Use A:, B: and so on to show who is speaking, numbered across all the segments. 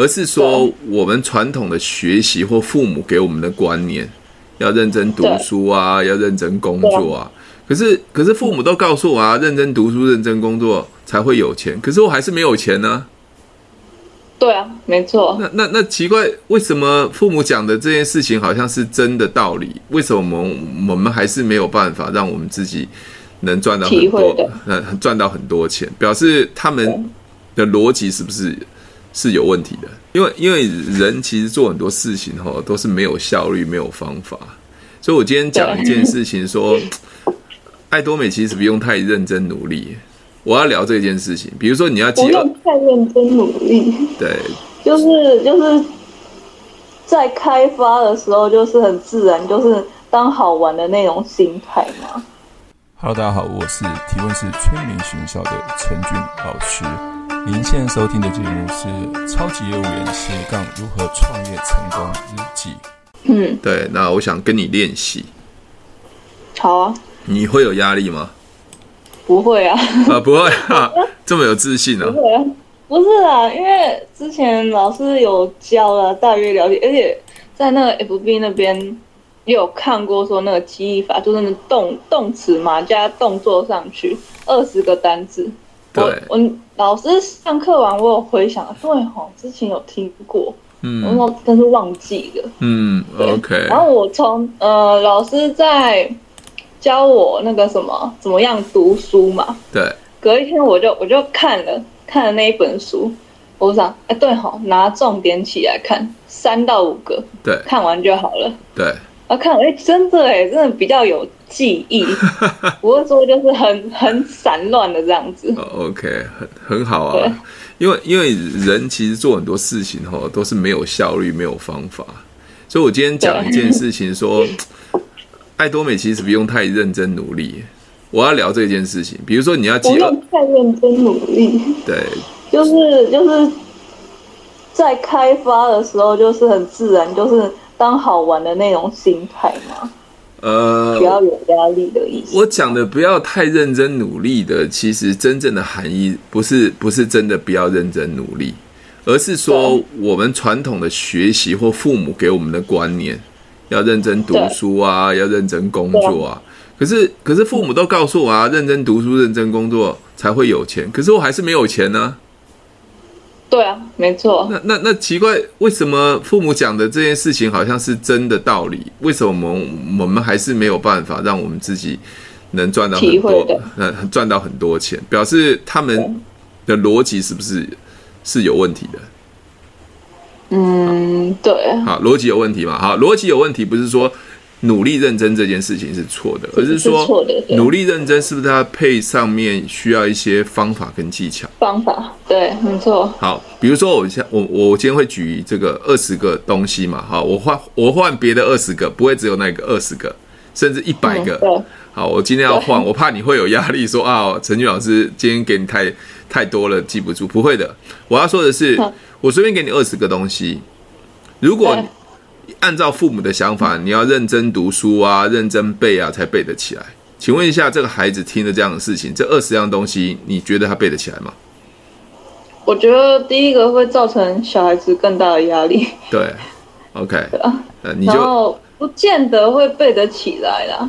A: 而是说我们传统的学习或父母给我们的观念，要认真读书啊，要认真工作啊。可是可是父母都告诉我啊，认真读书、认真工作才会有钱，可是我还是没有钱啊呢、
B: 对啊，没错，
A: 那那那奇怪，为什么父母讲的这件事情好像是真的道理？为什么我们我们还是没有办法让我们自己能赚到很
B: 体会
A: 多
B: 的，
A: 呃，赚到很多钱？表示他们的逻辑是不是是有问题的？因为因为人其实做很多事情哈都是没有效率、没有方法。所以我今天讲一件事情说，爱多美其实不用太认真努力。我要聊这件事情，比如说你要记
B: 不
A: 二，
B: 用太认真努力，
A: 对
B: 就是就是在开发的时候，就是很自然，就是当好玩的那种心态嘛。
C: Hello，大家好，我是提问是催眠学校的陈俊老师。您现在收听的节目是《超级业务员斜杠如何创业成功日记》。
B: 嗯，
A: 对。那我想跟你练习。
B: 好啊，
A: 你会有压 力吗？
B: 不会啊，
A: 啊，不会啊，这么有自信啊
B: 不！会啊， 不是啊，因为之前老师有教了大约了解，而且在那个 FB 那边也有看过说那个记忆法，就是那动动词嘛加动作上去二十个单字。我
A: 对
B: 我老师上课完，我有回想，对吼，之前有听过，然
A: 嗯
B: 后但是忘记了。
A: 嗯
B: 对
A: ，OK，
B: 然后我从呃老师在教我那个什么怎么样读书嘛，
A: 对，
B: 隔一天我就我就看了看了那一本书，我想哎对吼，拿重点起来看，三到五个
A: 对，
B: 看完就好了。
A: 对，
B: 然后看哎真的哎真的比较有记 忆，不会说就是很很散乱的这样子
A: 哦。，OK，很很好
B: 对
A: 啊。因为因为人其实做很多事情哈，都是没有效率、没有方法。所以我今天讲一件事情说， 爱多美其实不用太认真努力。我要聊这件事情，比如说你要记
B: 不
A: 二，
B: 用太认真努力，
A: 对
B: 就是就是在开发的时候就是很自然，就是当好玩的那种心态嘛，
A: 呃
B: 不，要有压力的意思。
A: 我讲的不要太认真努力的，其实真正的含义不是不是真的不要认真努力，而是说我们传统的学习或父母给我们的观念，要认真读
B: 对
A: 书啊，要认真工作啊。可是可是父母都告诉我啊，认真读书、认真工作才会有钱，可是我还是没有钱啊呢、
B: 对啊，没错，
A: 那那那奇怪，为什么父母讲的这件事情好像是真的道理？为什么我们我们还是没有办法让我们自己能赚到很
B: 体会
A: 多
B: 的，
A: 呃，赚到很多钱？表示他们的逻辑是不是是有问题的？
B: 嗯，对，
A: 好，逻辑有问题嘛？好，逻辑有问题，不是说努力认真这件事情是错的，而是
B: 是错
A: 说
B: 的对
A: 努力认真是不是它配上面需要一些方法跟技巧？
B: 方法对，没错，
A: 好，比如说我现我我今天会举这个二十个东西嘛，好，我换我换别的二十个，不会只有那个二十个，甚至一百个。
B: 嗯对
A: 好，我今天要换，我怕你会有压力说啊，陈俊老师今天给你太太多了，记不住。不会的，我要说的是
B: 嗯，
A: 我随便给你二十个东西，如果
B: 对
A: 按照父母的想法，你要认真读书啊，认真背啊，才背得起来。请问一下，这个孩子听了这样的事情，这二十样东西，你觉得他背得起来吗？
B: 我觉得第一个会造成小孩子更大的压力，
A: 对，OK，
B: 啊
A: 呃，你
B: 然
A: 就
B: 后不见得会背得起来啦。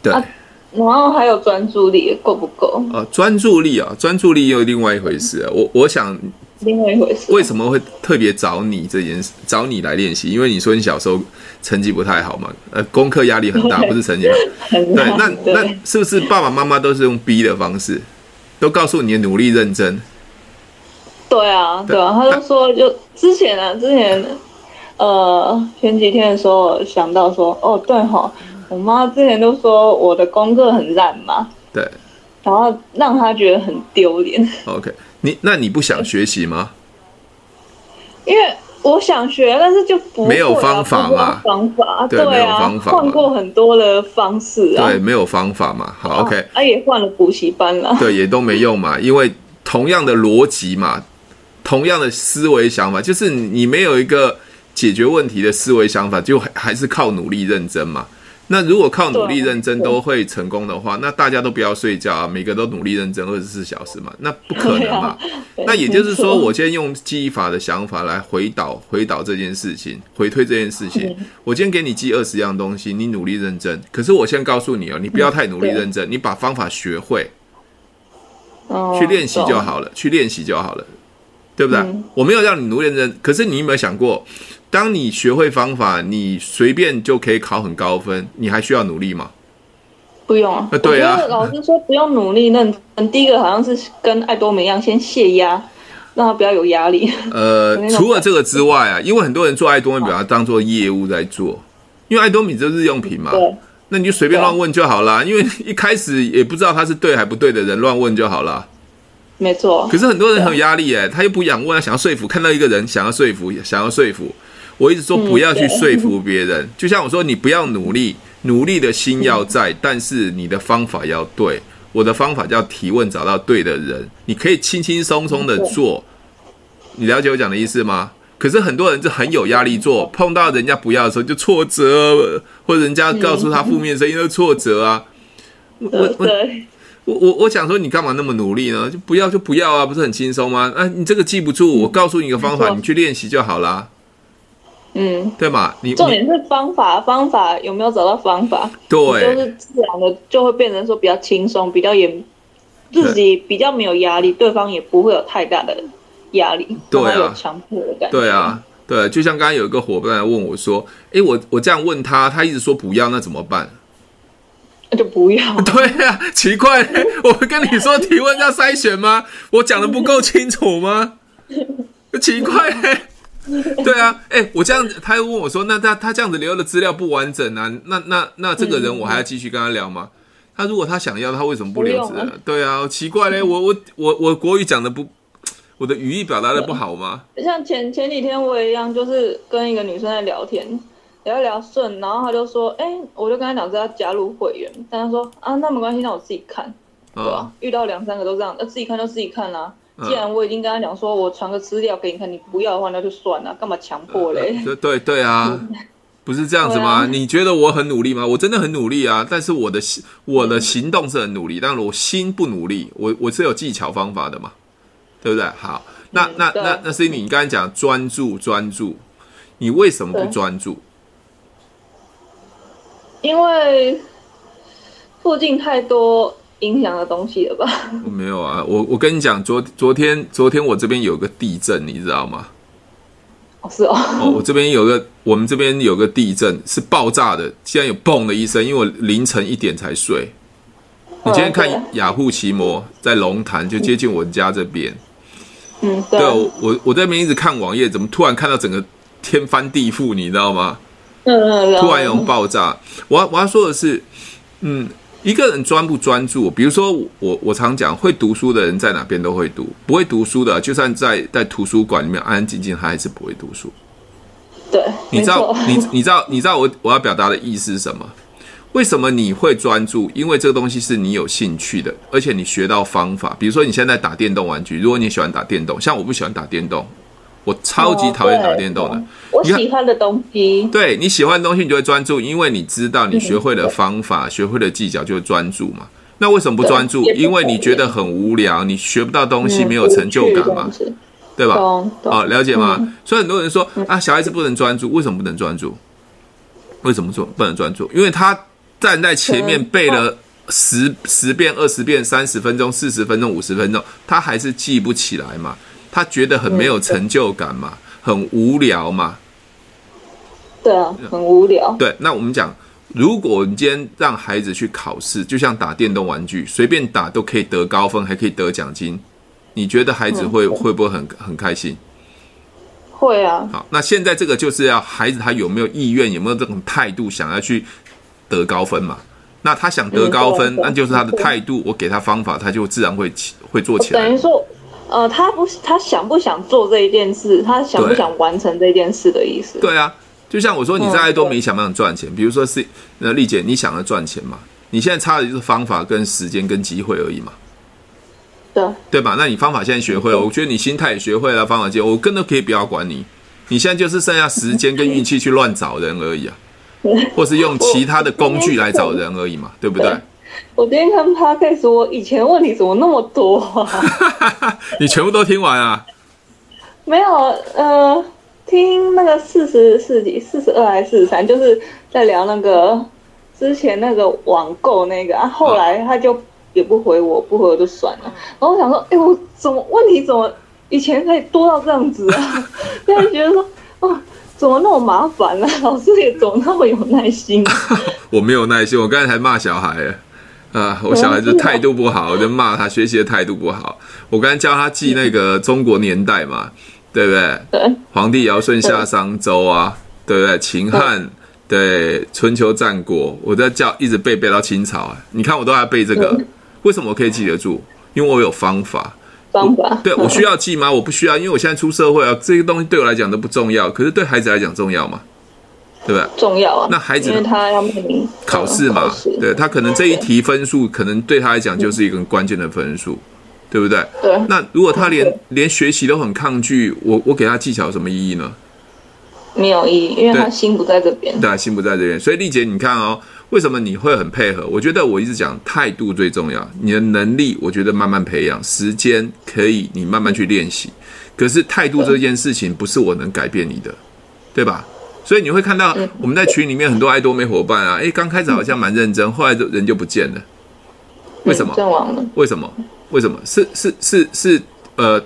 A: 对，
B: 啊然后还有专注力够不够，
A: 呃，专注力啊，专注力又另外一回事啊。我我想
B: 另外一回事。
A: 为什么会特别找你这件事，找你来练习？因为你说你小时候成绩不太好嘛，呃，功课压力很大，不是成绩好。对，
B: 很难
A: 那
B: 对
A: 那是不是爸爸妈妈都是用逼的方式，都告诉你努力认真？
B: 对啊，对啊，他就说，就之前啊，之前，呃，前几天的时候我想到说，哦，对吼，我妈之前都说我的功课很烂嘛，
A: 对
B: 然后让她觉得很丢脸，
A: ，OK，你那你不想学习吗？
B: 因为我想学，但是就不、啊、
A: 没有方法嘛
B: 不知道方法
A: 对没有
B: 啊，
A: 方法嘛
B: 换过很多的方式啊，
A: 对，没有方法嘛。好，OK，
B: 啊也换了补习班了，
A: 对，也都没用嘛，因为同样的逻辑嘛，同样的思维想法，就是你没有一个解决问题的思维想法，就还还是靠努力认真嘛。那如果靠努力
B: 对
A: 认真
B: 对
A: 都会成功的话，那大家都不要睡觉啊，每个都努力认真二十四小时嘛，那不可能嘛。
B: 对啊
A: 那也就是
B: 没
A: 说，
B: 错
A: 我今天用记忆法的想法来回导回导这件事情，回推这件事情。我今天给你记二十样东西，你努力认真。可是我先告诉你哦，你不要太努力
B: 嗯对
A: 认真，你把方法学会，
B: 嗯
A: 去练习就
B: 懂
A: 好了，去练习就好了，对不对？
B: 嗯
A: 我没有让你努力认真，可是你有没有想过，当你学会方法，你随便就可以考很高分，你还需要努力吗？
B: 不用啊
A: 呃对啊
B: 我觉得老师说不用努力认真，第一个好像是跟爱多美一样，先泄压，让他不要有压力。
A: 呃
B: 有那，种
A: 除了这个之外啊，因为很多人做爱多美，把它当做业务在做，因为爱多美就是日用品嘛，
B: 对，啊
A: 那你就随便乱问就好啦，因为一开始也不知道他是对还不对的人乱问就好啦。
B: 没错
A: 可。是很多人很有压力哎、他又不想问，他想要说服，看到一个人想要说服，想要说服，我一直说不要去说服别人，就像我说你不要努力，努力的心要在，但是你的方法要对。我的方法叫提问，找到对的人，你可以轻轻松松的做。你了解我讲的意思吗？可是很多人就很有压力做，碰到人家不要的时候就挫折，或者人家告诉他负面声音都挫折啊。我
B: 对
A: 我我
B: 对，
A: 我我我想说，你干嘛那么努力呢？就不要就不要啊，不是很轻松吗？啊，你这个记不住，我告诉你一个方
B: 嗯没
A: 法，
B: 错
A: 你去练习就好啦，
B: 嗯，
A: 对吗？你
B: 重
A: 你
B: 点是方法，方法有没有找到方法？就
A: 对
B: 是自然的就会变成说比较轻松，比较也自己比较没有压力，对方也不会有太大的压力，
A: 对啊
B: 让他有强迫的感觉。
A: 对啊，对，就像刚刚有一个伙伴来问我说，诶，我我这样问他，他一直说不要，那怎么办？
B: 那就不 要。
A: 对啊，奇怪，我跟你说提问要筛选吗？我讲的不够清楚吗？奇怪、 对啊，哎、我这样，他又问我说，那他他这样子留的资料不完整啊，那那那这个人我还要继续跟他聊吗？他如果他想要，他为什么不留资
B: 不用
A: 料
B: 啊？
A: 对啊，奇怪嘞，我我我我国语讲的不，我的语义表达的不好吗？
B: 像前前几天我也一样，就是跟一个女生在聊天，聊一聊顺，然后她就说，哎、我就跟她讲是要加入会员，但她说啊，那没关系，那我自己看，对吧、
A: 啊，
B: 遇到两三个都这样，那呃自己看就自己看啦、
A: 嗯
B: 既然我已经跟她讲说，我传个资料给你看，你不要的话那就算了，干嘛强迫嘞？
A: 对对对啊，不是这样子吗？
B: 对啊
A: 你觉得我很努力吗？我真的很努力啊，但是我的心我
B: 嗯
A: 的行动是很努力，但是我心不努力，我我是有技巧方法的嘛，对不对？好，那
B: 嗯
A: 那
B: 对
A: 那那是你刚才讲专注专注，你为什么不
B: 对
A: 专注？
B: 因为附近太多影响的东西了吧？
A: 我没有啊，我我跟你讲，昨昨天昨天我这边有个地震，你知道吗？
B: 哦，是哦，
A: 哦，我这边有个，我们这边有个地震是爆炸的，竟然有嘣的一声，因为我凌晨一点才睡。你今天看
B: 嗯
A: 雅虎奇摩在龙潭，就接近我家这边。
B: 嗯，对
A: 对，
B: 啊，
A: 我我我在那边一直看网页，怎么突然看到整个天翻地覆，你知道吗？
B: 嗯嗯，
A: 突然有爆炸。我要我要说的是，嗯，一个人专不专注，比如说我我常讲，会读书的人在哪边都会读，不会读书的，就算在在图书馆里面安安静静，他还是不会读书。
B: 对，
A: 你知道
B: 没错，
A: 你你知道你知道我我要表达的意思是什么？为什么你会专注？因为这个东西是你有兴趣的，而且你学到方法。比如说你现在打电动玩具，如果你喜欢打电动，像我不喜欢打电动，我超级讨厌打电动的。
B: 哦我
A: 你看
B: 喜欢的东西，
A: 对你喜欢的东西，你就会专注，因为你知道
B: 嗯
A: 你学会了方法，学会了技巧，就会专注嘛。那为什么不专注
B: 对？也不
A: 因为你觉得很无聊，你学不到东西，没有成就感嘛，
B: 嗯？
A: 对吧？
B: 懂懂
A: 哦，了解吗？所以很多人说啊，小孩子不能专注，为什么不能专注？为什么说不能专注？因为他站在前面
B: 嗯
A: 背了十十遍、二十遍、三十分钟、四十分钟、五十分钟，他还是记不起来嘛，他觉得很没有成就感嘛，很无聊嘛，
B: 对啊，很无聊。
A: 对，那我们讲，如果你今天让孩子去考试，就像打电动玩具，随便打都可以得高分，还可以得奖金，你觉得孩子会、会不会很很开心？
B: 会啊，
A: 好，那现在这个就是要孩子他有没有意愿，有没有这种态度，想要去得高分嘛？那他想得
B: 嗯
A: 高分，
B: 对对
A: 那就是他的态度，我给他方法，他就自然会起会做起
B: 哦等于
A: 来。
B: 说，呃，他不他想不想做这一件事，他想不
A: 对
B: 想完成这件事的意思。
A: 对啊，就像我说，你在
B: 嗯
A: 爱多美想不想赚钱？比如说是那丽姐，你想要赚钱嘛？你现在差的就是方法、跟时间、跟机会而已嘛。
B: 对，啊
A: 对吧？那你方法现在学会了，我觉得你心态也学会了，方法界我根本可以不要管你，你现在就是剩下时间跟运气去乱找人而已啊。或是用其他的工具来找人而已嘛，对不对？
B: 我今天看 podcast，我以前问题怎么那么多啊？
A: 你全部都听完啊？
B: 没有，呃，听那个四十四集、四十二还是四十三，就是在聊那个之前那个网购那个
A: 嗯
B: 啊，后来他就也不回我，不回我就算了。然后我想说，哎、我怎么问题怎么以前可以多到这样子 啊？现在觉得说，哦，怎么那么麻烦呢、啊？ 老师也总那么有耐心。
A: 我没有耐心，我刚才还骂小孩了。啊，我小孩子态度不好，我就骂他学习的态度不好。我刚才教他记那个中国年代嘛，对不对？
B: 对
A: 皇帝尧舜夏商周啊，对不对？秦汉，对春秋战国，我在叫一直背背到清朝、啊。你看我都还背这个，为什么我可以记得住？因为我有方法。
B: 方法
A: 对我需要记吗？我不需要，因为我现在出社会啊，这些东西对我来讲都不重要，可是对孩子来讲重要嘛，对不对？
B: 重要啊。
A: 那孩子
B: 因为他要面临呃
A: 考试嘛
B: 考试，
A: 对他可能这一题分数可能对他来讲就是一个很关键的分数，对不对？
B: 对
A: 那如果他连
B: 对
A: 连学习都很抗拒，我我给他技巧有什么意义呢？
B: 没有意义，因为他
A: 对
B: 心不在这边。
A: 对啊，心不在这边。所以丽姐，你看哦，为什么你会很配合？我觉得我一直讲态度最重要，你的能力我觉得慢慢培养，时间可以你慢慢去练习。可是态度这件事情不是我能改变你的，对吧？所以你会看到我们在群里面很多爱多美伙伴啊，诶，刚开始好像蛮认真，后来就人就不见了，为什么
B: 嗯？阵亡了？
A: 为什么？为什么？是是是是，呃，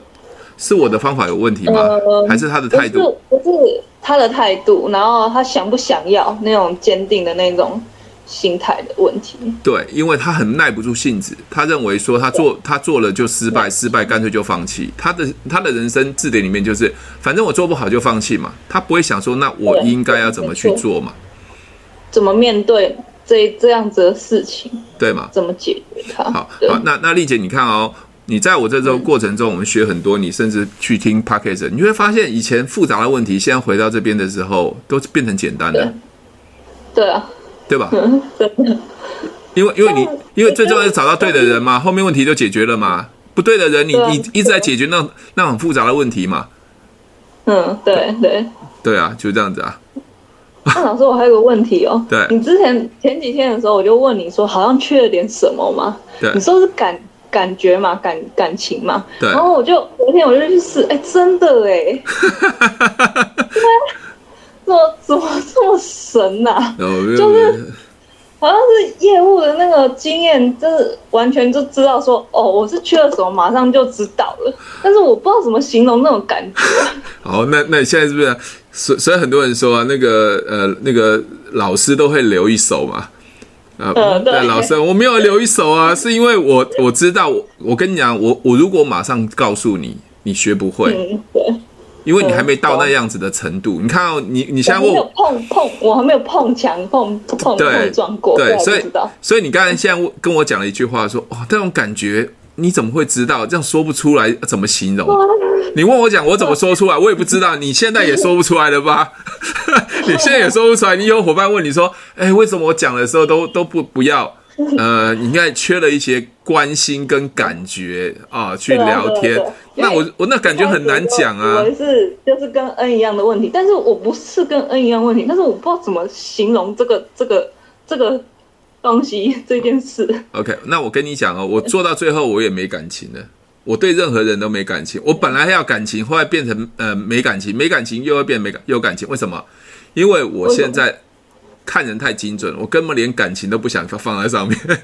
A: 是我的方法有问题吗？
B: 呃
A: 还是他的
B: 不
A: 态度？
B: 是不是他的态度，然后他想不想要那种坚定的那种心态的问题。
A: 对，因为他很耐不住性子，他认为说他做他做了就失败，失败干脆就放弃。他的他的人生字典里面就是，反正我做不好就放弃嘛，他不会想说那我
B: 对
A: 应该要怎么去
B: 没错
A: 做嘛，
B: 怎么面对这这样子的事情？
A: 对吗？
B: 怎么解决它？
A: 好，
B: 对，
A: 好，那那丽姐，你看哦，你在我这周过程中，我们学很多，你甚至去听 p o d c a s t 你会发现以前复杂的问题，现在回到这边的时候，都变成简单的
B: 对，对啊，
A: 对吧？
B: 真的
A: 因为因为你
B: 像
A: 因为最重要是找到对的人嘛，后面问题就解决了嘛。不对的人你，
B: 对啊
A: 你一直在解决那那很复杂的问题嘛。
B: 嗯，对 对。
A: 对啊，就这样子啊。
B: 那老师，我还有个问题哦。
A: 对
B: 你之前前几天的时候，我就问你说，好像缺了点什么吗？
A: 对啊
B: 你说是感感觉嘛，感感情嘛。
A: 对啊
B: 然后我就昨天我就去试，哎，真的哎。 对啊怎么怎么这么神呐、啊
A: 然后呃就是
B: 好像是业务的那个经验，就是完全就知道说，哦，我是缺了什么，马上就知道了。但是我不知道怎么形容那种感 觉。
A: 好，那那你现在是不是？所所以很多人说啊，那个呃，那个老师都会留一手嘛。啊、
B: 呃对
A: 老师，我没有留一手啊，是因为我我知道，我我跟你讲，我我如果马上告诉你，你学不会，
B: 嗯，对。
A: 因为你还没到那样子的程度。你看、哦，你你现在
B: 我
A: 问
B: 没有
A: 我，
B: 碰碰，我还没有碰墙碰碰
A: 对
B: 碰撞过，
A: 对，
B: 我不
A: 所以
B: 知道。
A: 所以你刚才现在问跟我讲了一句话说哦哇，这种感觉你怎么会知道？这样说不出来，怎么形 容？你问我讲，我怎么说出来？我也不知道。你现在也说不出来了吧？ 你现在也说不出来。你有伙伴问你说，哎、为什么我讲的时候都都不不要？呃，你应该缺了一些关心跟感觉啊，去
B: 对啊
A: 聊天
B: 对啊。对啊
A: 那我我那感觉很难讲啊
B: 我。是就是跟 N 一样的问题，但是我不是跟 N 一样问题，但是我不知道怎么形容这个这个这个东西这件事。
A: OK，那我跟你讲哦，我做到最后我也没感情了，我对任何人都没感情。我本来还有感情，后来变成呃没感情，没感情又会变没感有感情，为什么？因为我现在看人太精准，我根本连感情都不想放放在上面。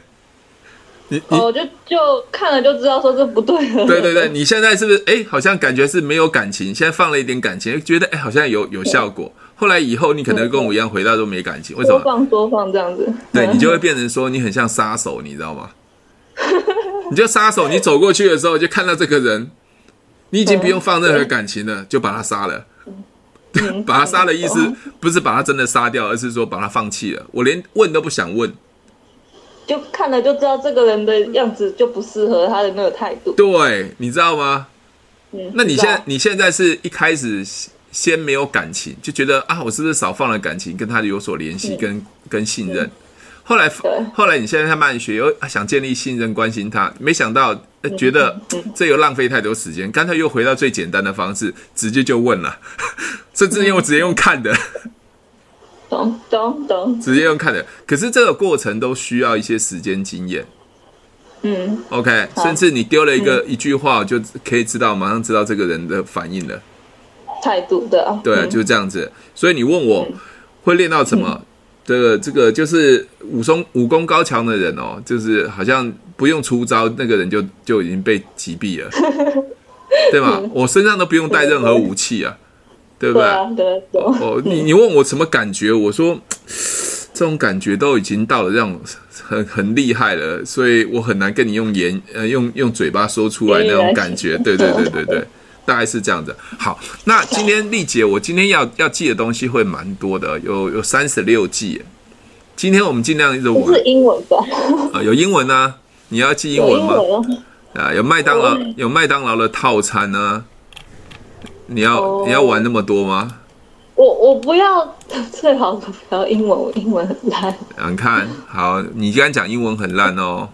A: 你你、
B: 哦，就就看了就知道说这不对了。
A: 对对对，你现在是不是哎，好像感觉是没有感情，现在放了一点感情，觉得哎好像有有效果。后来以后你可能跟我一样回到都没感情，为什
B: 多
A: 么？
B: 放多放这样子。
A: 对
B: 嗯
A: 你就会变成说你很像杀手，你知道吗？ 你就杀手，你走过去的时候就看到这个人，你已经不用放任何感情了，就把他杀了。
B: 嗯
A: 把他杀的意思不是把他真的杀掉，而是说把他放弃了。我连问都不想问。
B: 就看了就知道这个人的样子就不适合他的那个态 度。
A: 对，你知道吗？
B: 嗯
A: 那你
B: 知道
A: 现在你现在是一开始先没有感情，就觉得啊，我是不是少放了感情，跟他有所联系，跟跟信任。后来
B: 嗯对
A: 后来你现在在慢慢学，又想建立信任，关心他，没想到、呃、
B: 嗯
A: 觉得这又浪费太多时间，干脆又回到最 简单的方式，直接就问了，甚至用直接用看的。
B: 懂懂懂懂，
A: 直接用看的。可是这个过程都需要一些时间经验。
B: 嗯，
A: OK，
B: 好
A: 甚至你丢了一个、一句话，就可以知道马上知道这个人的反应了。
B: 态度的啊，
A: 对，
B: 嗯
A: 就这样子。所以你问我会练到什么？这个这个就是武松武功高强的人哦，就是好像不用出招，那个人就就已经被击毙了，对 吗？我身上都不用带任何武器啊，对不
B: 嗯对
A: 对？
B: 啊，对懂，
A: 哦，你你问我什么感觉？我说这种感觉都已经到了这种很很厉害了，所以我很难跟你用言呃用用嘴巴说出来那种感觉。对对对对对， 大概是这样子。好，那今天丽姐，我今天要要记的东西会蛮多的，有有三十六计耶。今天我们尽量一直
B: 这是
A: 玩，
B: 英文吧？
A: 呃，有英文啊，你要记英
B: 有
A: 文
B: 英
A: 吗？
B: 文啊，
A: 啊，有麦当劳有麦当劳的套餐呢、你要、
B: 哦
A: 你要玩那么多吗？
B: 我我不要， 最好不要英文，我英文很烂。
A: 啊，你看，好，你刚才讲英文很烂哦。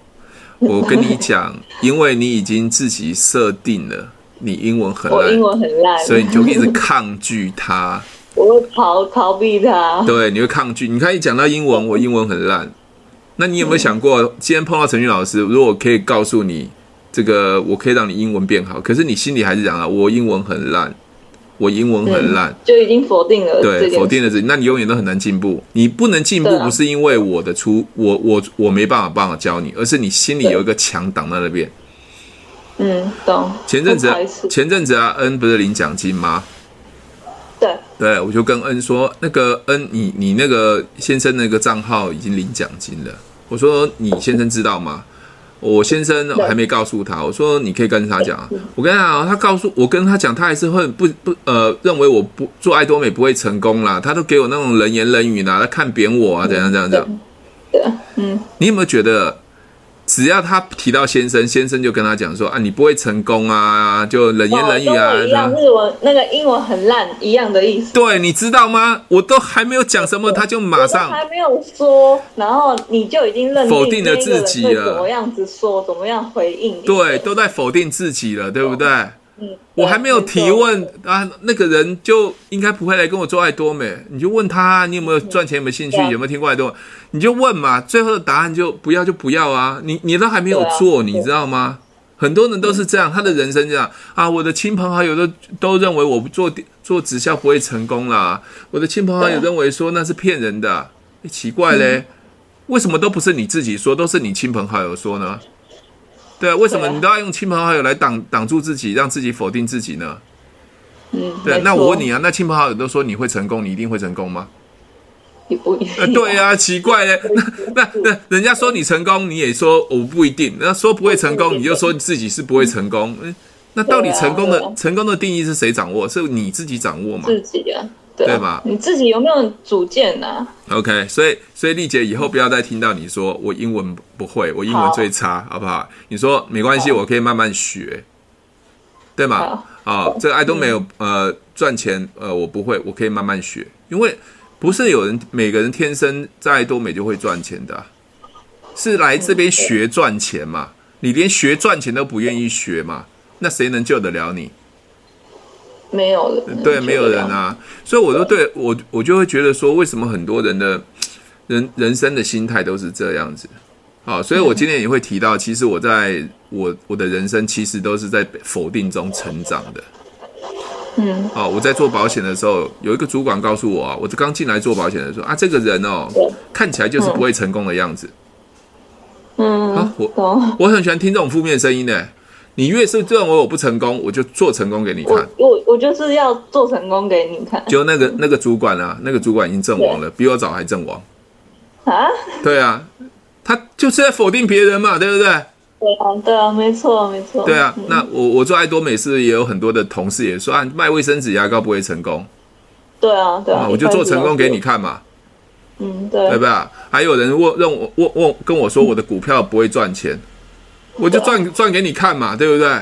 A: 我跟你讲，因为你已经自己设定了，你英文很
B: 我英
A: 烂，
B: 文很烂，
A: 所以你就一直抗拒它。
B: 我会逃逃避他。
A: 对，你会抗拒。你看，一讲到英文，我英文很烂。那你有没有想过，今天碰到陈俊老师，如果我可以告诉你，这个我可以让你英文变好，可是你心里还是讲啊，我英文很烂，我英文很烂。
B: 就已经否定了这
A: 对，
B: 件事
A: 否定了自己，那你永远都很难进步。你不能进步，
B: 对啊
A: 不是因为我的出，我我我没办法帮我教你，而是你心里有一个墙挡在那边。
B: 嗯，懂。
A: 前阵子
B: 不
A: 啊
B: 排斥，
A: 前阵子啊，恩不是领奖金吗？
B: 对，
A: 对，我就跟恩说，那个恩，你你那个先生那个账号已经领奖金了。我说你先生知道吗？我先生
B: 对
A: 还没告诉他，我说你可以跟他讲啊。我跟他讲啊，他告诉我跟他讲，他还是会不不呃认为我不做爱多美不会成功啦，他都给我那种冷言冷语啦，他看扁我啊，怎样怎样怎样。
B: 嗯对，嗯，
A: 你有没有觉得，只要他提到先生，先生就跟他讲说啊，你不会成功啊，就冷言冷语啊，
B: 哦跟我一
A: 怎样
B: 样，日文那个英文很烂，一样的意思。
A: 对，你知道吗？我都还没有讲什么，他就马
B: 我
A: 上
B: 都还没有说，然后你就已经认定
A: 否定了自己了啊
B: 那一个人会怎么样子说，怎么样回应？
A: 对，都在否定自己了，对不对？
B: 嗯，
A: 我还没有提问
B: 没错
A: 啊，那个人就应该不会来跟我做爱多美，你就问他你有没有赚钱，有没有兴趣，
B: 对啊
A: 有没有听过爱多美，你就问嘛。最后的答案就不要就不要啊，你你都还没有
B: 对啊
A: 做，
B: 对
A: 你知道吗？很多人都是这样，他的人生这样啊。我的亲朋好友都都认为我不做做直销不会成功啦，我的亲朋好友
B: 对啊嗯
A: 认为说那是骗人的，诶奇怪嘞，为什么都不是你自己说，都是你亲朋好友说呢？对啊，为什么
B: 对啊
A: 你都要用亲朋好友来挡挡住自己，让自己否定自己呢？
B: 嗯，
A: 对啊，
B: 没错
A: 那我问你，啊，那亲朋好友都说你会成功，你一定会成功 吗？
B: 你不一
A: 呃，
B: 样，
A: 对啊，奇怪 嘞， 那那那人家说你成功，你也说我不一定，那说不会成功，你就说自己是不会成功，嗯，那到底
B: 对啊
A: 成功的、
B: 对啊
A: 成功的定义是谁掌握？是你自己掌握嘛
B: 自己啊，对
A: 对
B: 啊
A: 吧
B: 你自己有没有主见啊呐？
A: ？OK，所以所以丽姐以后不要再听到你说我英文不会，我英文
B: 好
A: 最差，好不好？你说没关系，我可以慢慢学，对吗
B: 好？
A: 啊、这个爱多美有呃赚钱呃我不会，我可以慢慢学，因为不是有人每个人天生在爱多美就会赚钱的啊、是来这
B: 嗯
A: 边学赚钱嘛？你连学赚钱都不愿意学嘛？那谁能救得了你？
B: 没有人，
A: 对，没有人，啊。所以我就对我我就会觉得说，为什么很多人的人人生的心态都是这样子？好，所以我今天也会提到，其实我在我我的人生其实都是在否定中成长的。
B: 嗯，
A: 哦，我在做保险的时候，有一个主管告诉我啊，我刚进来做保险的时候啊，这个人哦，看起来就是不会成功的样子。
B: 嗯
A: 啊我，
B: 懂。
A: 我很喜欢听这种负面声音呢。你越是认为我不成功，我就做成功给你看
B: 我。我我就是要做成功给你看
A: 就那个那个主管啊，那个主管已经阵亡了，比我早还阵亡。
B: 啊！
A: 对啊，他就是在否定别人嘛，对不对？
B: 对啊，对啊，没错，没错。
A: 对啊
B: 嗯，
A: 那我我做爱多美是也有很多的同事也说啊，卖卫生纸牙膏不会成功
B: 对啊，对啊
A: 啊，，我就
B: 一般
A: 做
B: 人
A: 成功
B: 都
A: 给你。看嘛，
B: 嗯，对
A: 对，吧？还有人问让我问问跟我说我的股票不会赚钱，我就赚赚给你看嘛，对不对？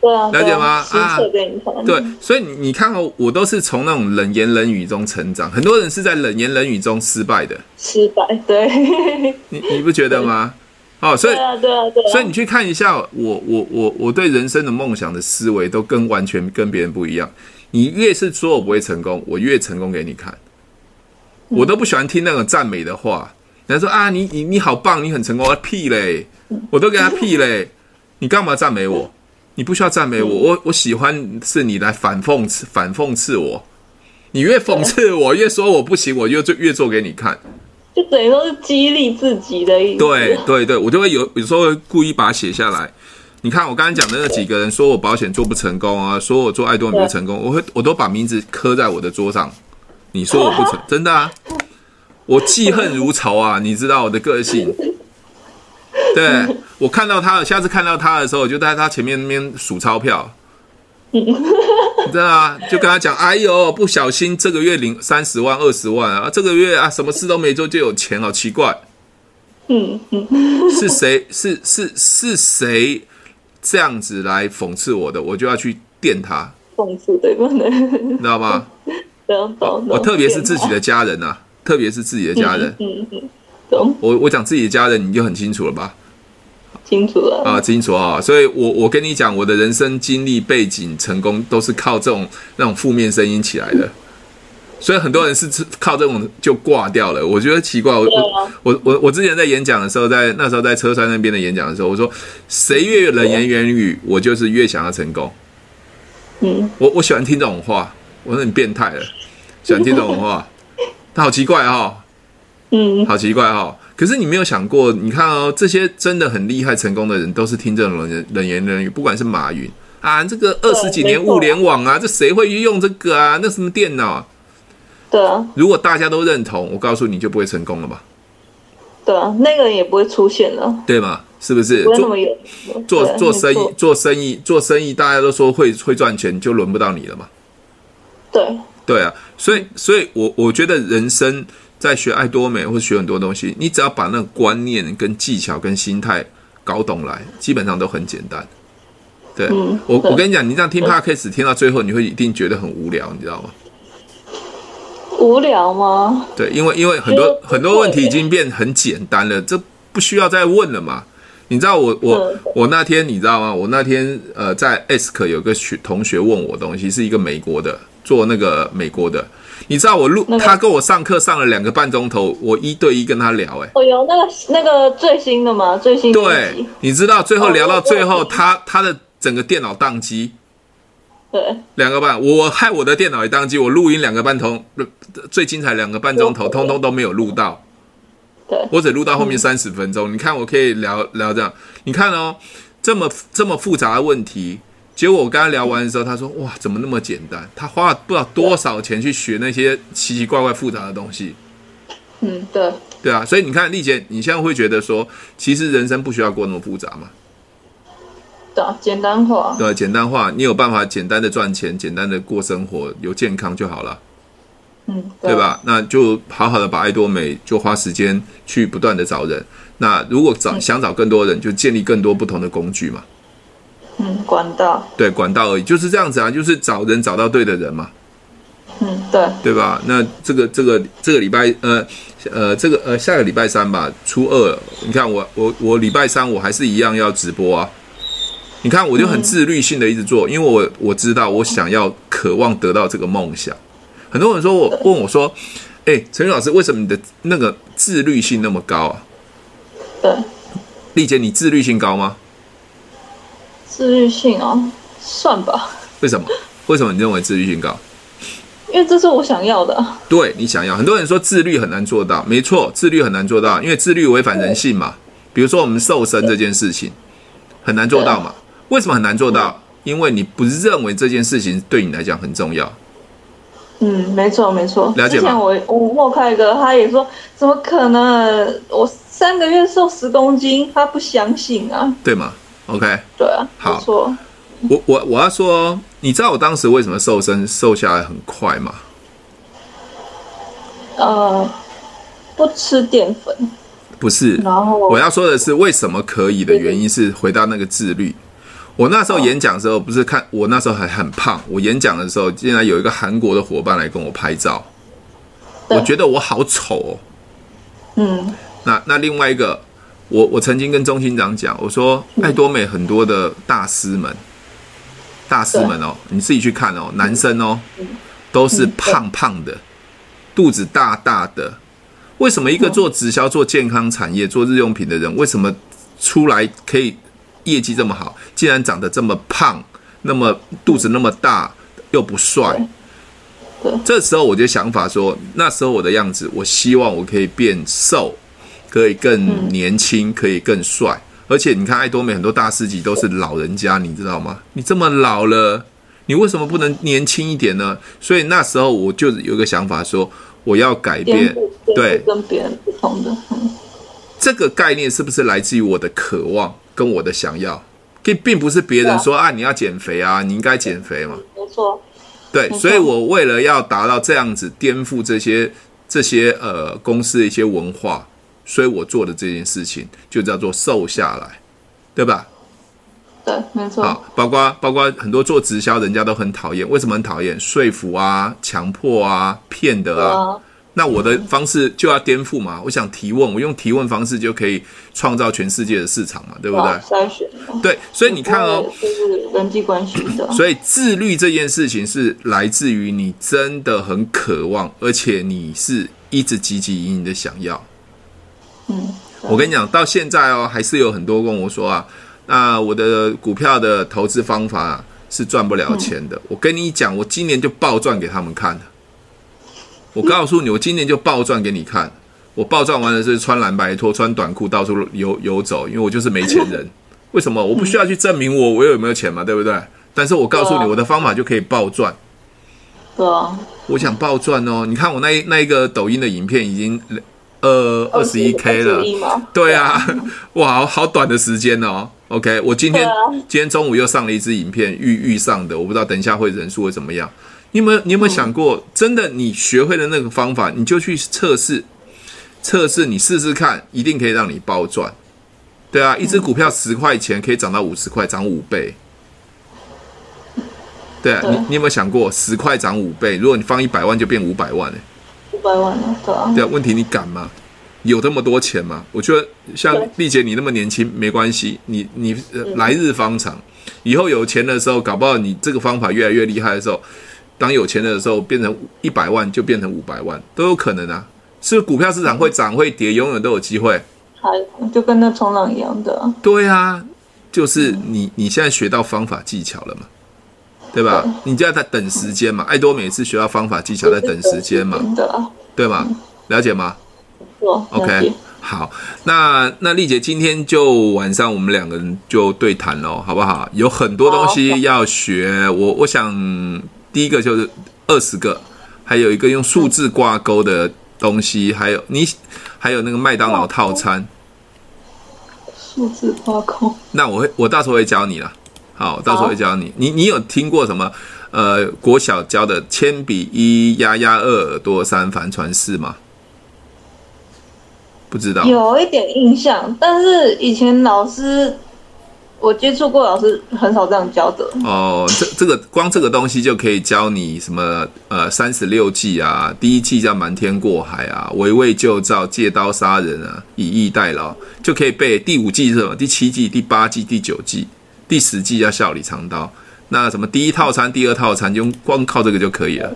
B: 对啊，
A: 了解吗
B: 对啊
A: 啊
B: 实测给你看。
A: 对，所以你你看哦，我都是从那种冷言冷语中成长，很多人是在冷言冷语中失败的，
B: 失败，对，
A: 你你不觉得吗？哦，所以
B: 对啊，对啊，对啊，
A: 所以你去看一下我我我我对人生的梦想的思维都跟完全跟别人不一样。你越是说我不会成功，我越成功给你看。我都不喜欢听那种赞美的话。人家说啊，你你你好棒，你很成功，啊屁嘞，我都给他屁嘞，你干嘛赞美我？你不需要赞美我，我我喜欢是你来反讽刺反讽刺我，你越讽刺我，越说我不行，我就做越做给你看。
B: 就等于说是激励自己的意思。
A: 对对对，我就会有有时候会故意把它写下来。你看我刚刚讲的那几个人，说我保险做不成功啊，说我做爱多美不成功，我会我都把名字刻在我的桌上。你说我不成，真的啊，我记恨如仇啊，你知道我的个性。对我看到他，下次看到他的时候，我就在他前面那边数钞票。对啊，就跟他讲，哎呦，不小心这个月领三十万、二十万啊，这个月啊什么事都没做就有钱，好奇怪。
B: 嗯嗯，
A: 是谁？是是是谁这样子来讽刺我的？我就要去电他，
B: 讽刺对方的，
A: 你知道吗？
B: 啊懂懂
A: 我
B: 懂。
A: 特别是自己的家人啊，特别是自己的家人。
B: 嗯，嗯嗯，懂
A: 我我讲自己的家人，你就很清楚了吧？
B: 清楚了。
A: 啊，清楚啊！所以我我跟你讲，我的人生经历、背景、成功，都是靠这种那种负面声音起来的。所以很多人是靠这种就挂掉了。我觉得奇怪，我
B: 啊
A: 我我我我之前在演讲的时候，在那时候在车山那边的演讲的时候，我说谁越冷言冷语，我就是越想要成功。
B: 嗯，
A: 我我喜欢听这种话，我很变态了，喜欢听这种话。他好奇怪哦，
B: 嗯，
A: 好奇怪哦。可是你没有想过，你看哦，这些真的很厉害、成功的人，都是听这种冷言冷言冷语，不管是马云啊，这个二十几年
B: 没错
A: 物联网啊，这谁会用这个啊？那什么电脑、啊？
B: 对啊，
A: 如果大家都认同，我告诉你就不会成功了嘛，
B: 对啊，那个人也不会出现了，
A: 对吗？是不是？
B: 不会那么
A: 做
B: 有
A: 做做生，
B: 对
A: 意
B: 没错，
A: 做生意，做生意，大家都说会会赚钱，就轮不到你了嘛。
B: 对，
A: 对啊，所以，所以我我觉得人生在学爱多美或学很多东西，你只要把那个观念、跟技巧、跟心态搞懂来，基本上都很简单。对、
B: 嗯
A: 我，
B: 对嗯
A: 我跟你讲，你这样听 podcast 听到最后，你会一定觉得很无聊，你知道吗？
B: 无聊吗？
A: 对，因为因为很多
B: 不会
A: 很多问题已经变很简单了，这不需要再问了嘛。你知道我我
B: 嗯
A: 我那天你知道吗？我那天呃在 ESC 有个学同学问我东西，是一个美国的做那个美国的，你知道我录
B: 那个
A: 他跟我上课上了两个半钟头，我一对一跟他聊、欸，哎，
B: 哦，有那个那个最新的嘛，最新的一
A: 对
B: 集，，
A: 你知道最后
B: 哦
A: 聊到
B: 我
A: 最后，
B: 我
A: 他他的整个电脑宕机
B: 对，
A: 两个半，我害我的电脑也宕机，我录音两个半头，最精彩两个半钟头，通通都没有录到。
B: 对，
A: 我只录到后面三十分钟。你看，我可以聊聊这样。你看哦，这么这么复杂的问题，结果我跟他聊完的时候，他说：“哇，怎么那么简单？”他花了不知道多少钱去学那些奇奇怪怪复杂的东西，
B: 嗯，对，
A: 对啊。所以你看，丽姐，你现在会觉得说，其实人生不需要过那么复杂嘛，
B: 对啊，简单化，
A: 对吧、简单化，你有办法简单的赚钱，简单的过生活，有健康就好了。
B: 嗯，
A: 对？吧？那就好好的把爱多美就花时间去不断的找人。那如果找想找更多人，就建立更多不同的工具嘛，
B: 嗯，管道，
A: 对，管道而已，就是这样子啊，就是找人找到对的人嘛，
B: 嗯，对，
A: 对吧？那这个这个这个礼拜呃呃这个呃下个礼拜三吧，初二，你看我我我礼拜三我还是一样要直播啊。你看，我就很自律性的一直做，因为我我知道我想要渴望得到这个梦想。很多人说哦我问我说，哎，陈宇老师，为什么你的那个自律性那么高啊？
B: 对，
A: 丽姐，你自律性高吗？
B: 自律性哦，算吧，
A: 为什么？为什么你认为自律性高？
B: 因为这是我想要的，
A: 对你想要，很多人说自律很难做到，没错，自律很难做到，因为自律违反人性嘛。比如说我们瘦身这件事情，很难做到嘛。为什么很难做到？因为你不认为这件事情对你来讲很重要。
B: 嗯，没错没错。
A: 了解吗
B: 之前我我我看一个，他也说，怎么可能？我三个月瘦十公斤，他不相信啊。
A: 对吗？OK，
B: 对啊，
A: 好
B: 没错，
A: 我我我要说，你知道我当时为什么瘦身瘦下来很快吗？
B: 呃，不吃淀粉，
A: 不是，
B: 然后
A: 我要说的是，为什么可以的原因是回到那个自律。我那时候演讲的时候，不是看我那时候还很胖，我演讲的时候竟然有一个韩国的伙伴来跟我拍照，
B: 对
A: 我觉得我好丑哦。
B: 嗯
A: 那那另外一个，我我曾经跟钟欣长讲，我说爱多美很多的大师们，大师们哦，你自己去看哦，男生哦，都是胖胖的，肚子大大的。为什么一个做直销、做健康产业、做日用品的人，为什么出来可以业绩这么好，竟然长得这么胖，那么肚子那么大，又不帅？
B: 对对
A: 这时候我就想法说，那时候我的样子，我希望我可以变瘦，可以更年轻，可以更帅。而且你看爱多美很多大师级都是老人家，你知道吗？你这么老了，你为什么不能年轻一点呢？所以那时候我就有一个想法说，我要改变
B: 颠覆，颠覆
A: 对，
B: 跟别人不同的，嗯，
A: 这个概念是不是来自于我的渴望跟我的想要？并并不是别人说啊，你要减肥啊，你应该减肥嘛。
B: 嗯没错，
A: 对，
B: 错
A: 所以我为了要达到这样子颠覆这些这些呃公司的一些文化，所以我做的这件事情就叫做瘦下来，对吧？
B: 对，没错，
A: 好，包括包括很多做直销，人家都很讨厌，为什么很讨厌？说服啊、强迫啊、骗的
B: 对
A: 啊。
B: 啊，
A: 那我的方式就要颠覆嘛，我想提问，我用提问方式就可以创造全世界的市场嘛，对不对
B: 啊？筛选的，
A: 对，所以你看哦，
B: 就是人际关系的，
A: 所以自律这件事情是来自于你真的很渴望，而且你是一直汲汲营营的想要。
B: 嗯，
A: 我跟你讲，到现在哦，还是有很多跟我说啊，那我的股票的投资方法、啊、是赚不了钱的。我跟你讲，我今年就暴赚给他们看的。我告诉你，我今年就暴赚给你看。我暴赚完了是穿蓝白拖、穿短裤到处游游走，因为我就是没钱人。为什么？我不需要去证明我我有没有钱嘛，对不对？但是我告诉
B: 对
A: 你，
B: 啊
A: 我的方法就可以暴赚。
B: 对啊，
A: 我想暴赚哦！你看我那一那一个抖音的影片已经呃二十一 K 了，
B: 21嘛，
A: 对啊， 哇，好好短的时间哦。OK，我今天、
B: 对啊
A: 今天中午又上了一支影片，预预上的，我不知道等一下会人数会怎么样。你有没有你有
B: 嗯
A: 没有想过，真的你学会了那个方法，你就去测试，测试你试试看，一定可以让你暴赚。对
B: 嗯
A: 啊，一只股票十块钱可以涨到五十块，涨五倍。对啊，
B: 对
A: 你你有没有想过，十块涨五倍，如果你放一百万就变五百万、欸
B: 五百万了，对啊，
A: 对啊，问题你敢吗？有那么多钱吗？我觉得像
B: 对
A: 丽姐你那么年轻没关系，你你呃来日方长，以后有钱的时候，搞不好你这个方法越来越厉害的时候，当有钱的时候变成一百万就变成五百万都有可能啊。是不是股票市场会涨会跌，永远都有机会。
B: 还就跟那冲浪一样的，
A: 对啊，就是你你现在学到方法技巧了嘛，对吧？你就要在等时间嘛。爱多美是学到方法技巧在等时间嘛，
B: 对啊，
A: 对吗？了解吗？
B: 做
A: OK，好，那那丽姐今天就晚上我们两个人就对谈喽，好不好？有很多东西要学，我我想第一个就是二十个，还有一个用数字挂钩的东西，还有你还有那个麦当劳套餐，
B: 数字花空，
A: 那我会我到时候会教你啦。好，到时候会教你。你你有听过什么？呃，国小教的铅笔一、丫丫二、耳朵三、帆船四吗？不知道。
B: 有一点印象，但是以前老师我接触过，老师很少这样教的，
A: 哦，这这个光这个东西就可以教你什么呃三十六计啊，第一计叫瞒天过海啊，围魏救赵、借刀杀人啊，以逸待劳，就可以背。第五计是什么？第七计、第八计、第九计、第十计叫笑里藏刀。那什么第一套餐、第二套餐，就光靠这个就可以了。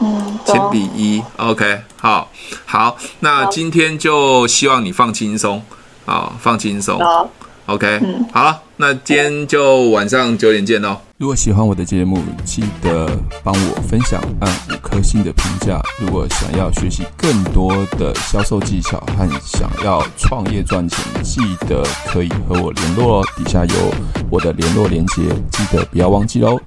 B: 嗯，对
A: 铅
B: 啊
A: 笔一，OK，好，好，那今天就希望你放轻松啊、放轻松
B: 对啊，
A: ，OK，好了，那今天就晚上九点见喽。
C: 如果喜欢我的节目，记得帮我分享，按五颗星的评价。如果想要学习更多的销售技巧和想要创业赚钱，记得可以和我联络哦。底下有我的联络连接，记得不要忘记喽。